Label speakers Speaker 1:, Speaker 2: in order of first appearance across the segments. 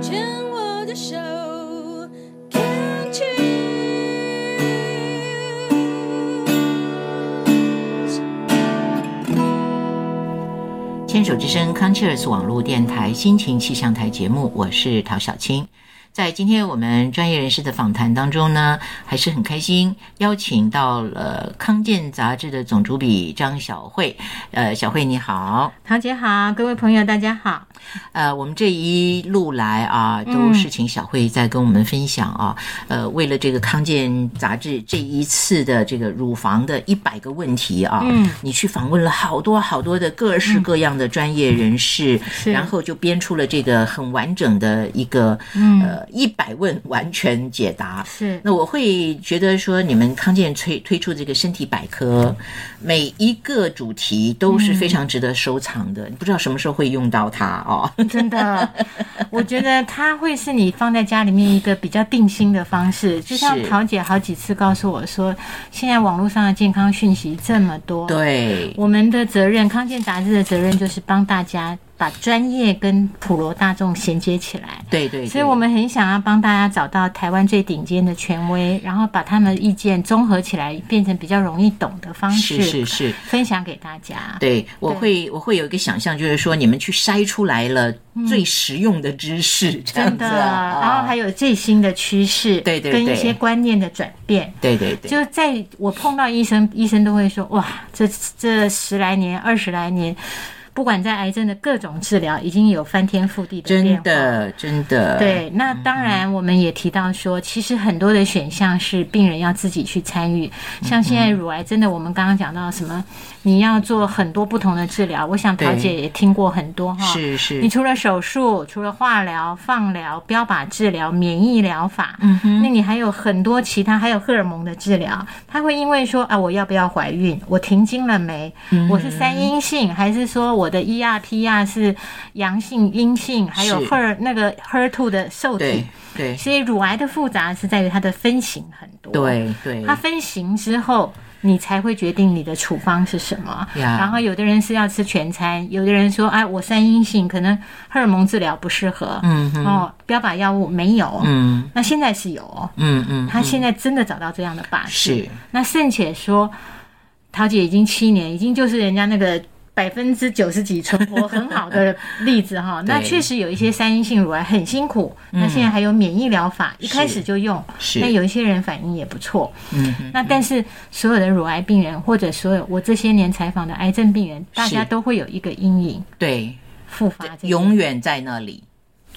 Speaker 1: 牵我的手，Can't you？
Speaker 2: 牵手之声 c o n c h e r s 网络电台心情气象台节目，我是陶小青。在今天我们专业人士的访谈当中呢，还是很开心邀请到了康健杂志的总主笔张晓慧。呃，晓慧你好，
Speaker 3: 唐姐好，各位朋友大家好。
Speaker 2: 呃，我们这一路来啊，都是请小慧在跟我们分享啊。呃，为了这个康健杂志这一次的这个乳房的一百个问题啊，
Speaker 3: 嗯
Speaker 2: 你去访问了好多好多的各式各样的专业人士，
Speaker 3: 嗯是
Speaker 2: 然后就编出了这个很完整的一个、
Speaker 3: 嗯
Speaker 2: 呃一百问完全解答。
Speaker 3: 是，
Speaker 2: 那我会觉得说，你们康健推推出这个身体百科，每一个主题都
Speaker 3: 嗯
Speaker 2: 是非常值得收藏的，你不知道什么时候会用到它哦。
Speaker 3: 真 的，我觉得它会是你放在家里面一个比较定心的方式。就像
Speaker 2: 是
Speaker 3: 桃姐好几次告诉我说，现在网络上的健康讯息这么多，
Speaker 2: 对，
Speaker 3: 我们的责任，康健杂志的责任就是帮大家把专业跟普罗大众衔接起来。
Speaker 2: 对对，
Speaker 3: 所以我们很想要帮大家找到台湾最顶尖的权威，然后把他们的意见综合起来，变成比较容易懂的方
Speaker 2: 对
Speaker 3: 式，
Speaker 2: 是是是。
Speaker 3: 分享给大家。
Speaker 2: 对，我
Speaker 3: 对嗯
Speaker 2: 会我会有一个想象，就是说你们去筛出来了最实用的知识， 这样
Speaker 3: 真
Speaker 2: 子
Speaker 3: 的，
Speaker 2: 啊，
Speaker 3: 然后还有最新的趋势，
Speaker 2: 对对
Speaker 3: 跟
Speaker 2: 对
Speaker 3: 一些观念的转变。
Speaker 2: 对对对，
Speaker 3: 就在我碰到医生，医生都会说：“哇，这这十来年、二十来年，不管在癌症的各种治疗，已经有翻天覆地的变
Speaker 2: 真
Speaker 3: 化。”
Speaker 2: 的真的，
Speaker 3: 对，那当然，我们也提到说，其实很多的选项是病人要自己去参与。像现在乳癌，真的我们刚刚讲到什么，你要做很多不同的治疗。我想桃
Speaker 2: 对
Speaker 3: 姐也听过很多哈，
Speaker 2: 是是
Speaker 3: 你，除了手术，除了化疗、放疗、标靶治疗、免疫疗法，嗯哼，那你还有很多其他，还有荷尔蒙的治疗。他会因为说啊，我要不要怀孕？我停经了没？我是三阴性，还是说我的 ERP 啊是阳性、阴性？还有
Speaker 2: 是
Speaker 3: 荷尔那个 HER2 的受
Speaker 2: 对
Speaker 3: 体。
Speaker 2: 对
Speaker 3: 所以乳癌的复杂是在于它的分型很多。。
Speaker 2: 对对，
Speaker 3: 它分型之后，你才会决定你的处方是什么。
Speaker 2: 呀
Speaker 3: 然后有的人是要吃全餐，有的人说，哎，我三阴性，可能荷尔蒙治疗不适合，
Speaker 2: 嗯哼
Speaker 3: 哦，标靶药物没有，
Speaker 2: 嗯
Speaker 3: 那现在是有哦，
Speaker 2: 嗯嗯，
Speaker 3: 他现在真的找到这样的把式。
Speaker 2: 是
Speaker 3: 那甚且说，桃姐已经七年，已经就是人家那个。百分之九十几存活很好的例子 哈，那确实有一些三阴性乳癌很辛苦，那现在还有免疫疗法，一开始就用，
Speaker 2: 嗯是
Speaker 3: 那有一些人反应也不错，
Speaker 2: 嗯哼
Speaker 3: 那但是所有的乳癌病人，或者所有我这些年采访的癌症病人，大家都会有一个阴影，
Speaker 2: 对，
Speaker 3: 复发这个
Speaker 2: 永远在那里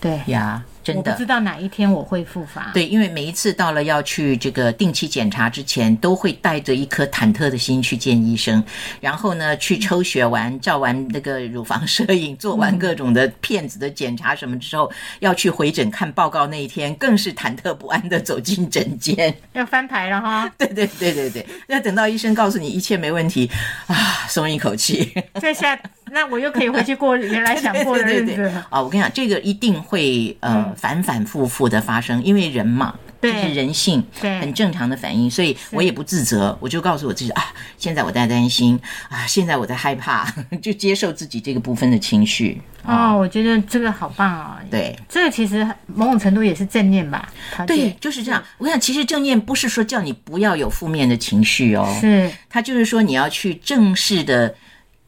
Speaker 3: 对，
Speaker 2: 呀，真
Speaker 3: 我不
Speaker 2: 的
Speaker 3: 知。道哪一天我会复发。
Speaker 2: 对，因为每一次到了要去这个定期检查之前，都会带着一颗忐忑的心去见医生，然后呢，去抽血完、照完那个乳房摄影，做完各种的片子的检查什么之后，要去回诊看报告那一天，更是忐忑不安的走进诊间。！
Speaker 3: 要翻牌了哈
Speaker 2: 对对对对对，那等到医生告诉你一切没问题，啊，松一口气。
Speaker 3: 再下，那我又可以回去 过原来想过的日
Speaker 2: 对对对
Speaker 3: 子。嗯
Speaker 2: 啊，我跟你讲，这个一定会呃反反复复的发生，因为人嘛。这
Speaker 3: 对
Speaker 2: 是人性，
Speaker 3: 对
Speaker 2: 很正常的反应，所以我也不自责，我就告诉我自己啊，现在我在担心啊，现在我在害怕， 就接受自己这个部分的情绪。
Speaker 3: 哦，我觉得这个好棒哦！，
Speaker 2: 对，
Speaker 3: 这个其实某种程度也是正念吧，陶姐
Speaker 2: 对，，就是这样。我跟你讲，其实正念不是说叫你不要有负面的情绪哦，
Speaker 3: 是
Speaker 2: 他就是说你要去正视的，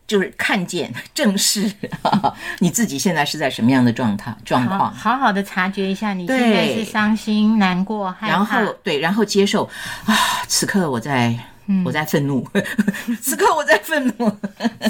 Speaker 2: 就是看见正视、 你自己现在是在什么样的状态状
Speaker 3: 好
Speaker 2: 况。
Speaker 3: 好好的察觉一下，你
Speaker 2: 对
Speaker 3: 现在是伤心、难过、害怕，
Speaker 2: 然后对，然后接受啊，此刻我在，
Speaker 3: 嗯
Speaker 2: 我在愤怒， 此刻我在愤怒，
Speaker 3: 啊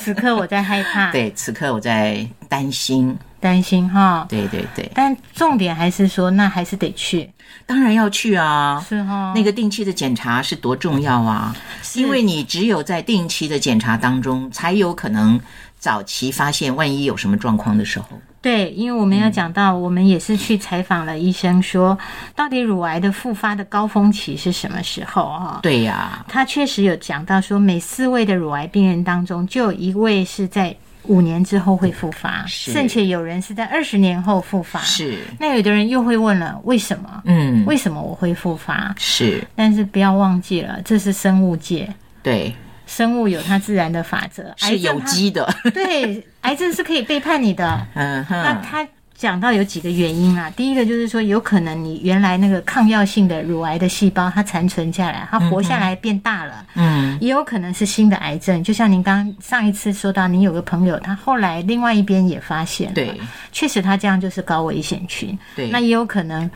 Speaker 3: 此刻我在害怕、
Speaker 2: 对，此刻我在担心，
Speaker 3: 担心哈。
Speaker 2: 对对对，
Speaker 3: 但重点还是说，那还是得去，
Speaker 2: 当然要去啊。
Speaker 3: 是哈、
Speaker 2: 那个定期的检查是多重要啊！ 因为你只有在定期的检查当中，才有可能早期发现万一有什么状况的时候。
Speaker 3: 对，因为我们要讲到，我们也是去采访了医生说，到底乳癌的复发的高峰期是什么时候啊？
Speaker 2: 对呀、
Speaker 3: 他确实有讲到说，每四位的乳癌病人当中，就有一位是在五年之后会复发，
Speaker 2: 是
Speaker 3: 甚至有人是在二十年后复发。，
Speaker 2: 是，
Speaker 3: 那有的人又会问了，为什么？
Speaker 2: 嗯，
Speaker 3: 为什么我会复发？
Speaker 2: 是
Speaker 3: 但是不要忘记了，这是生物界，
Speaker 2: 对，
Speaker 3: 生物有它自然的法则，癌
Speaker 2: 是
Speaker 3: 症
Speaker 2: 有
Speaker 3: 它
Speaker 2: 机的，
Speaker 3: 对，癌症是可以背叛你的。
Speaker 2: 嗯
Speaker 3: 那
Speaker 2: 哼，
Speaker 3: 它讲到有几个原因啦、第一个就是说，有可能你原来那个抗药性的乳癌的细胞它残存下来，它活下来变大了，
Speaker 2: 嗯，
Speaker 3: 也有可能是新的癌症。就像您刚上一次说到，你有个朋友他后来另外一边也发现了，
Speaker 2: 对，
Speaker 3: 确实他这样就是高危险群，
Speaker 2: 对
Speaker 3: 那也有可能，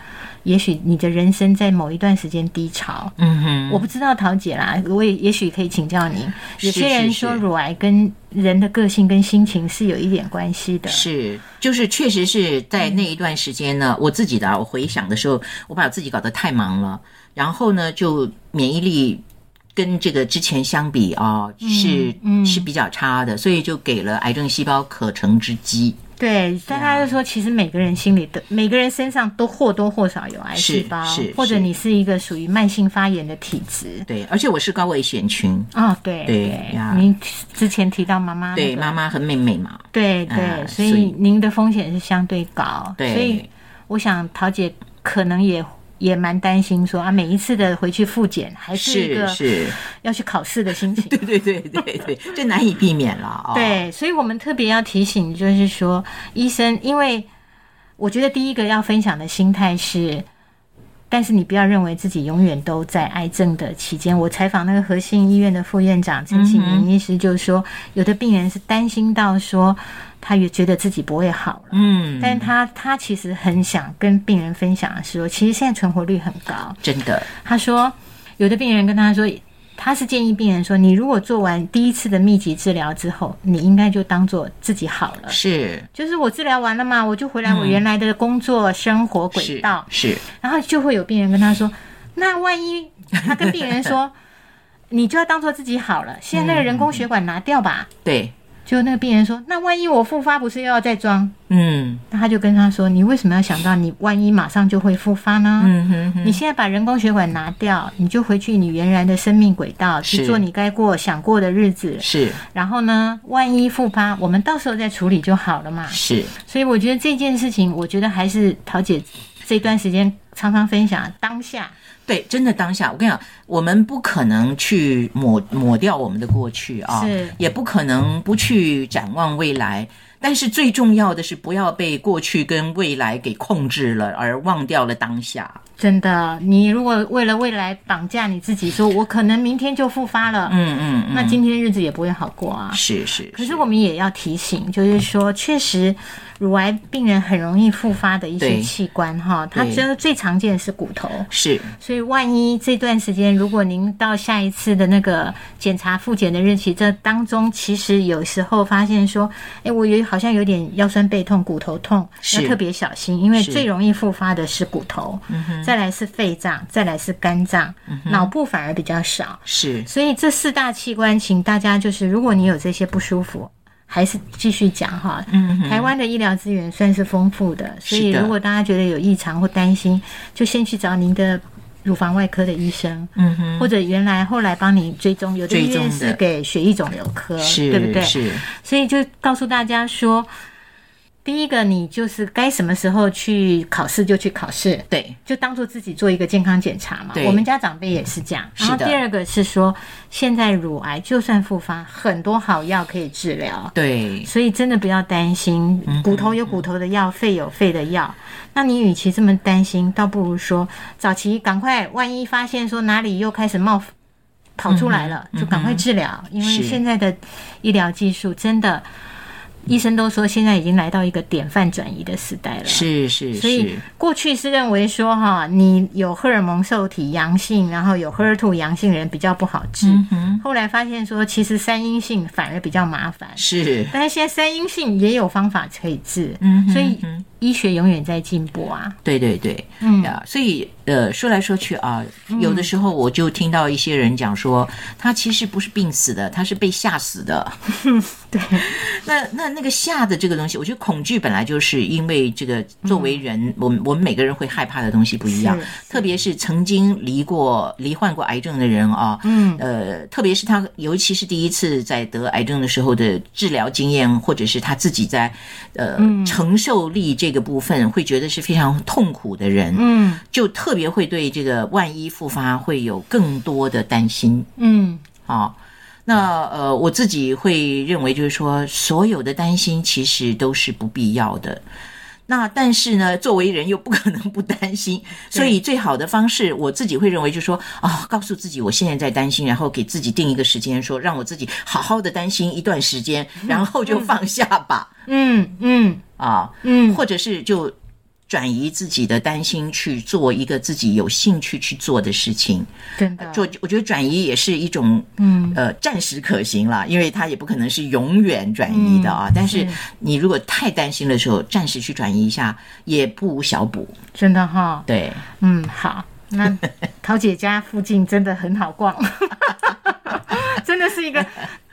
Speaker 3: 也许你的人生在某一段时间低潮，
Speaker 2: 嗯哼，
Speaker 3: 我不知道桃姐啦，我也也许可以请教您。有
Speaker 2: 是
Speaker 3: 些人
Speaker 2: 是
Speaker 3: 说
Speaker 2: 是
Speaker 3: 乳癌跟人的个性跟心情是有一点关系的，
Speaker 2: 是，就是确实是在那一段时间呢，我自己的啊，我回想的时候，我把我自己搞得太忙了，然后呢，就免疫力跟这个之前相比啊，
Speaker 3: 嗯
Speaker 2: 是、是比较差的，所以就给了癌症细胞可乘之机。
Speaker 3: 对。但他就说，
Speaker 2: 啊
Speaker 3: 其实每个人心里的每个人身上都或多或少有癌细胞
Speaker 2: 是是，
Speaker 3: 或者
Speaker 2: 是
Speaker 3: 你是一个属于慢性发炎的体质。
Speaker 2: 对，而且我是高危险群，
Speaker 3: 哦，对
Speaker 2: 对呀
Speaker 3: 您之前提到妈妈、那个，
Speaker 2: 对，妈，妈和妹妹嘛，
Speaker 3: 对对，
Speaker 2: 啊
Speaker 3: 所
Speaker 2: 所以
Speaker 3: 以您的风险是相对高，
Speaker 2: 对
Speaker 3: 所以我想桃姐可能也也蛮担心说啊，每一次的回去复检还是一
Speaker 2: 是
Speaker 3: 个
Speaker 2: 是，
Speaker 3: 要去考试的心情。
Speaker 2: 对对对对对，这难以避免了啊、哦。，
Speaker 3: 对，所以我们特别要提醒，就是说，医生，因为我觉得第一个要分享的心态是，但是你不要认为自己永远都在癌症的期间。我采访那个和信医院的副院长陈启明医师，就说，有的病人是担心到说，他也觉得自己不会好了。
Speaker 2: 嗯，
Speaker 3: 但他他其实很想跟病人分享的是说，其实现在存活率很高，
Speaker 2: 真的，
Speaker 3: 他说，有的病人跟他说，他是建议病人说，你如果做完第一次的密集治疗之后，你应该就当做自己好了。
Speaker 2: 是
Speaker 3: 就是我治疗完了嘛，我就回来我原来的工作、生活轨
Speaker 2: 是
Speaker 3: 道，
Speaker 2: 是，
Speaker 3: 然后就会有病人跟他说，那万一他跟病人说，你就要当做自己好了，现在那个人工血管拿掉吧。
Speaker 2: 对，
Speaker 3: 就那个病人说，那万一我复发不是又要再装？
Speaker 2: 嗯
Speaker 3: 那他就跟他说，你为什么要想到你万一马上就会复发呢？
Speaker 2: 嗯哼哼，
Speaker 3: 你现在把人工血管拿掉，你就回去你原来的生命轨道，
Speaker 2: 是
Speaker 3: 去做你该过想过的日子。
Speaker 2: 是
Speaker 3: 然后呢，万一复发，我们到时候再处理就好了嘛。
Speaker 2: 是。
Speaker 3: 所以我觉得这件事情，我觉得还是桃姐这段时间常常分享当下，
Speaker 2: 对，真的当下，我跟你讲，我们不可能去抹抹掉我们的过去啊
Speaker 3: 是，
Speaker 2: 也不可能不去展望未来。但是最重要的是，不要被过去跟未来给控制了，而忘掉了当下。
Speaker 3: 真的，你如果为了未来绑架你自己，说我可能明天就复发了，
Speaker 2: 嗯嗯嗯，
Speaker 3: 那今天日子也不会好过啊。
Speaker 2: 是是，
Speaker 3: 可是我们也要提醒，就是说，确实，乳癌病人很容易复发的一
Speaker 2: 对
Speaker 3: 些器官哈，它
Speaker 2: 对
Speaker 3: 真的最常见的是骨头。
Speaker 2: 是
Speaker 3: 所以，万一这段时间，如果您到下一次的那个检查复检的日期，这当中其实有时候发现说，哎，我有好像有点腰酸背痛、骨头痛，
Speaker 2: 是
Speaker 3: 要特别小心，因为
Speaker 2: 是嗯
Speaker 3: 最容易复发的是骨头，再来是肺脏，再来是肝脏，脑部反而比较少。
Speaker 2: 是
Speaker 3: 所以这四大器官，请大家就是，如果你有这些不舒服，还是继续讲哈。嗯，台湾的医疗资源算是丰富的，所以
Speaker 2: 是的
Speaker 3: 如果大家觉得有异常或担心，就先去找您的。乳房外科的医生，嗯哼，或者原来后来帮你追踪，有的医
Speaker 2: 追
Speaker 3: 院
Speaker 2: 踪的
Speaker 3: 是给血液肿瘤科，
Speaker 2: 是，
Speaker 3: 对不对？
Speaker 2: 是
Speaker 3: 所以就告诉大家说，第一个你就是该什么时候去考试就去考试，
Speaker 2: 对
Speaker 3: 就当做自己做一个健康检查嘛
Speaker 2: 对。
Speaker 3: 我们家长辈也是这样。
Speaker 2: 是
Speaker 3: 然
Speaker 2: 的
Speaker 3: 后第二个是说，现在乳癌就算复发，很多好药可以治疗。
Speaker 2: 嗯对
Speaker 3: 所以真的不要担心，
Speaker 2: 嗯
Speaker 3: 骨头有骨头的药，肺有肺的药。那你与其这么担心，倒不如说早期赶快，万一发现说哪里又开始冒跑出来
Speaker 2: 嗯
Speaker 3: 了，就赶快治疗。因为
Speaker 2: 是
Speaker 3: 现在的医疗技术真的，医生都说现在已经来到一个典范转移的时代了。
Speaker 2: 是是
Speaker 3: 所以
Speaker 2: 是，
Speaker 3: 过去是认为说哈，你有荷尔蒙受体阳性，然后有 HER2 阳性人比较不好治。
Speaker 2: 嗯
Speaker 3: 后来发现说，其实三阴性反而比较麻烦。
Speaker 2: 是
Speaker 3: 但是现在三阴性也有方法可以治，
Speaker 2: 嗯
Speaker 3: 所以医学永远在进步啊。
Speaker 2: 对对对，嗯啊，所以呃，说来说去啊，有的时候我就听到一些人讲说，他其实不是病死的，他是被吓死的。
Speaker 3: 对，
Speaker 2: 那那那个吓的这个东西，我觉得恐惧本来就是因为这个作为人，我们我们每个人会害怕的东西不一样
Speaker 3: 嗯是，
Speaker 2: 特别是曾经罹过罹患过癌症的人啊，嗯，呃，特别是他，尤其是第一次在得癌症的时候的治疗经验，或者是他自己在呃、
Speaker 3: 嗯
Speaker 2: 承受力这个部分，会觉得是非常痛苦的人，
Speaker 3: 嗯
Speaker 2: 就特别会对这个万一复发会有更多的担心，
Speaker 3: 嗯，
Speaker 2: 啊、那呃，我自己会认为就是说，所有的担心其实都是不必要的。那但是呢，作为人又不可能不担心，所以最好的方式，我自己会认为就是说，哦，告诉自己我现在在担心，然后给自己定一个时间，说让我自己好好的担心一段时间，然后就放下吧，
Speaker 3: 嗯嗯
Speaker 2: 啊，
Speaker 3: 嗯，
Speaker 2: 或者是就转移自己的担心去做一个自己有兴趣去做的事情。
Speaker 3: 真的，
Speaker 2: 做，我觉得转移也是一种，嗯，呃，暂时可行啦，因为它也不可能是永远转移的
Speaker 3: 嗯
Speaker 2: 啊。但是你如果太担心的时候，暂时去转移一下也不无小补。
Speaker 3: 真的哈，
Speaker 2: 对，
Speaker 3: 嗯，好，那桃姐家附近真的很好逛， 真的是一个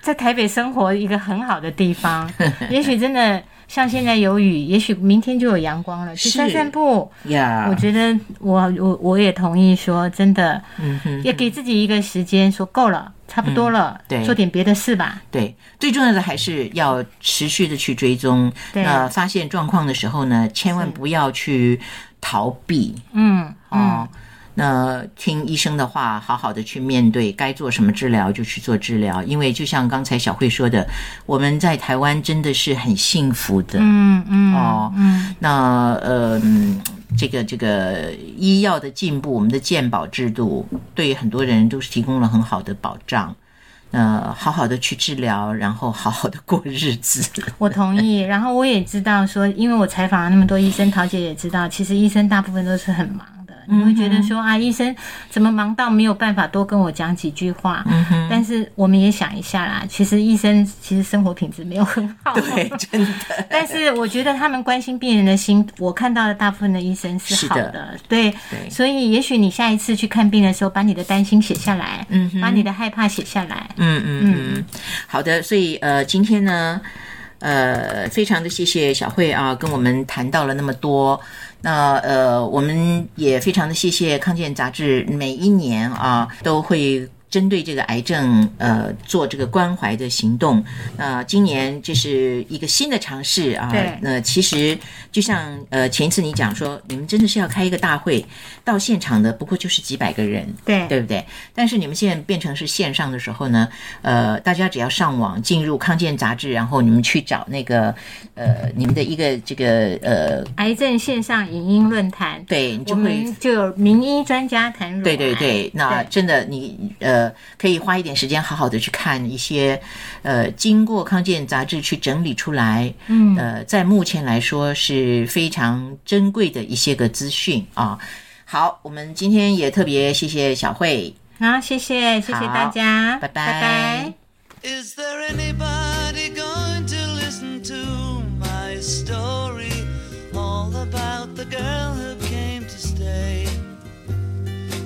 Speaker 3: 在台北生活一个很好的地 方。也许真的像现在有雨，也许明天就有阳光了，去
Speaker 2: 是啊
Speaker 3: 散散步。
Speaker 2: 呀、
Speaker 3: 我觉得我我我也同意说，真的，
Speaker 2: 嗯
Speaker 3: 也给自己一个时间，说够了，差不多了，
Speaker 2: 对
Speaker 3: 做点别的事吧。
Speaker 2: 对，最重要的还是要持续的去追踪。
Speaker 3: 对
Speaker 2: 那发现状况的时候呢，千万不要去逃避
Speaker 3: 嗯，
Speaker 2: 哦。那听医生的话，好好的去面对，该做什么治疗就去做治疗。因为就像刚才小慧说的，我们在台湾真的是很幸福的。
Speaker 3: 嗯嗯
Speaker 2: 哦，
Speaker 3: 嗯，
Speaker 2: 那呃，嗯这个这个医药的进步，我们的健保制度对很多人都是提供了很好的保障。呃，好好的去治疗，然后好好的过日子。
Speaker 3: 我同意。 然后我也知道说，因为我采访了那么多医生，桃姐也知道，其实医生大部分都是很忙的。
Speaker 2: 嗯
Speaker 3: 你会觉得说啊，医生怎么忙到没有办法多跟我讲几句话？嗯、但是我们也想一下啦，其实医生其实生活品质没有很好。
Speaker 2: 对，真的。
Speaker 3: 但是我觉得他们关心病人的心，我看到的大部分的医生是
Speaker 2: 是
Speaker 3: 好
Speaker 2: 的
Speaker 3: 的，对，
Speaker 2: 对
Speaker 3: 所以也许你下一次去看病的时候，把你的担心写下来，嗯，把你的害怕写下来，
Speaker 2: 嗯嗯嗯，好的，所以呃，今天呢，呃，非常的谢谢小慧啊，跟我们谈到了那么多。那呃，我们也非常的谢谢康健杂志，每一年啊都会。针对这个癌症，呃，做这个关怀的行动。那、今年这是一个新的尝试啊。
Speaker 3: 对
Speaker 2: 那、其实就像呃前一次你讲说，你们真的是要开一个大会，到现场的不过就是几百个人。
Speaker 3: 对
Speaker 2: 对不对？但是你们现在变成是线上的时候呢，呃，大家只要上网进入康健杂志，然后你们去找那个呃你们的一个这个呃，
Speaker 3: 癌症线上影音论坛，
Speaker 2: 对你
Speaker 3: 我
Speaker 2: 就会。
Speaker 3: 们就有名医专家谈乳癌，
Speaker 2: 对对对，那
Speaker 3: 对
Speaker 2: 真的你呃，可以花一点时间好好的去看一些，呃，经过康健杂志去整理出来，嗯，呃，在目前来说是非常珍贵的一些个资讯啊。好，我们今天也特别谢谢小慧，
Speaker 3: 好，谢谢谢谢
Speaker 2: 好
Speaker 3: 大家，
Speaker 2: 拜拜
Speaker 3: 拜拜
Speaker 4: Is there anybody going to listen to my story? All about the girl who came to stay.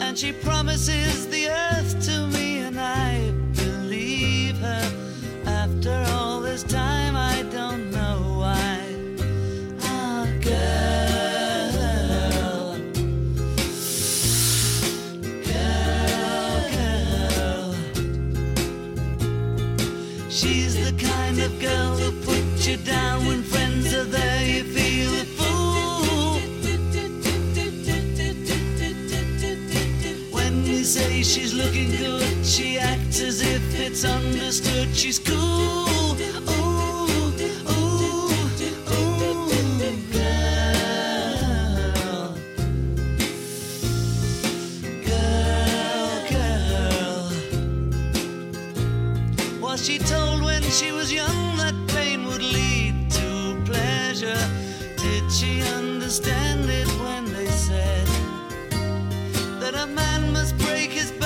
Speaker 4: And she promises the earth to me, and I believe her. After all this time, I don't know why. Ah, girl. Girl, girl. She's the kind of girl who puts you down when friends are there. You feel a fool when you say she's looking good. She acts as if it's understood. She's cool. Ooh, ooh, ooh, girl, girl, girl. Was she told when she was young that pain would lead to pleasure? Did she understand it when they said that a man must break his back?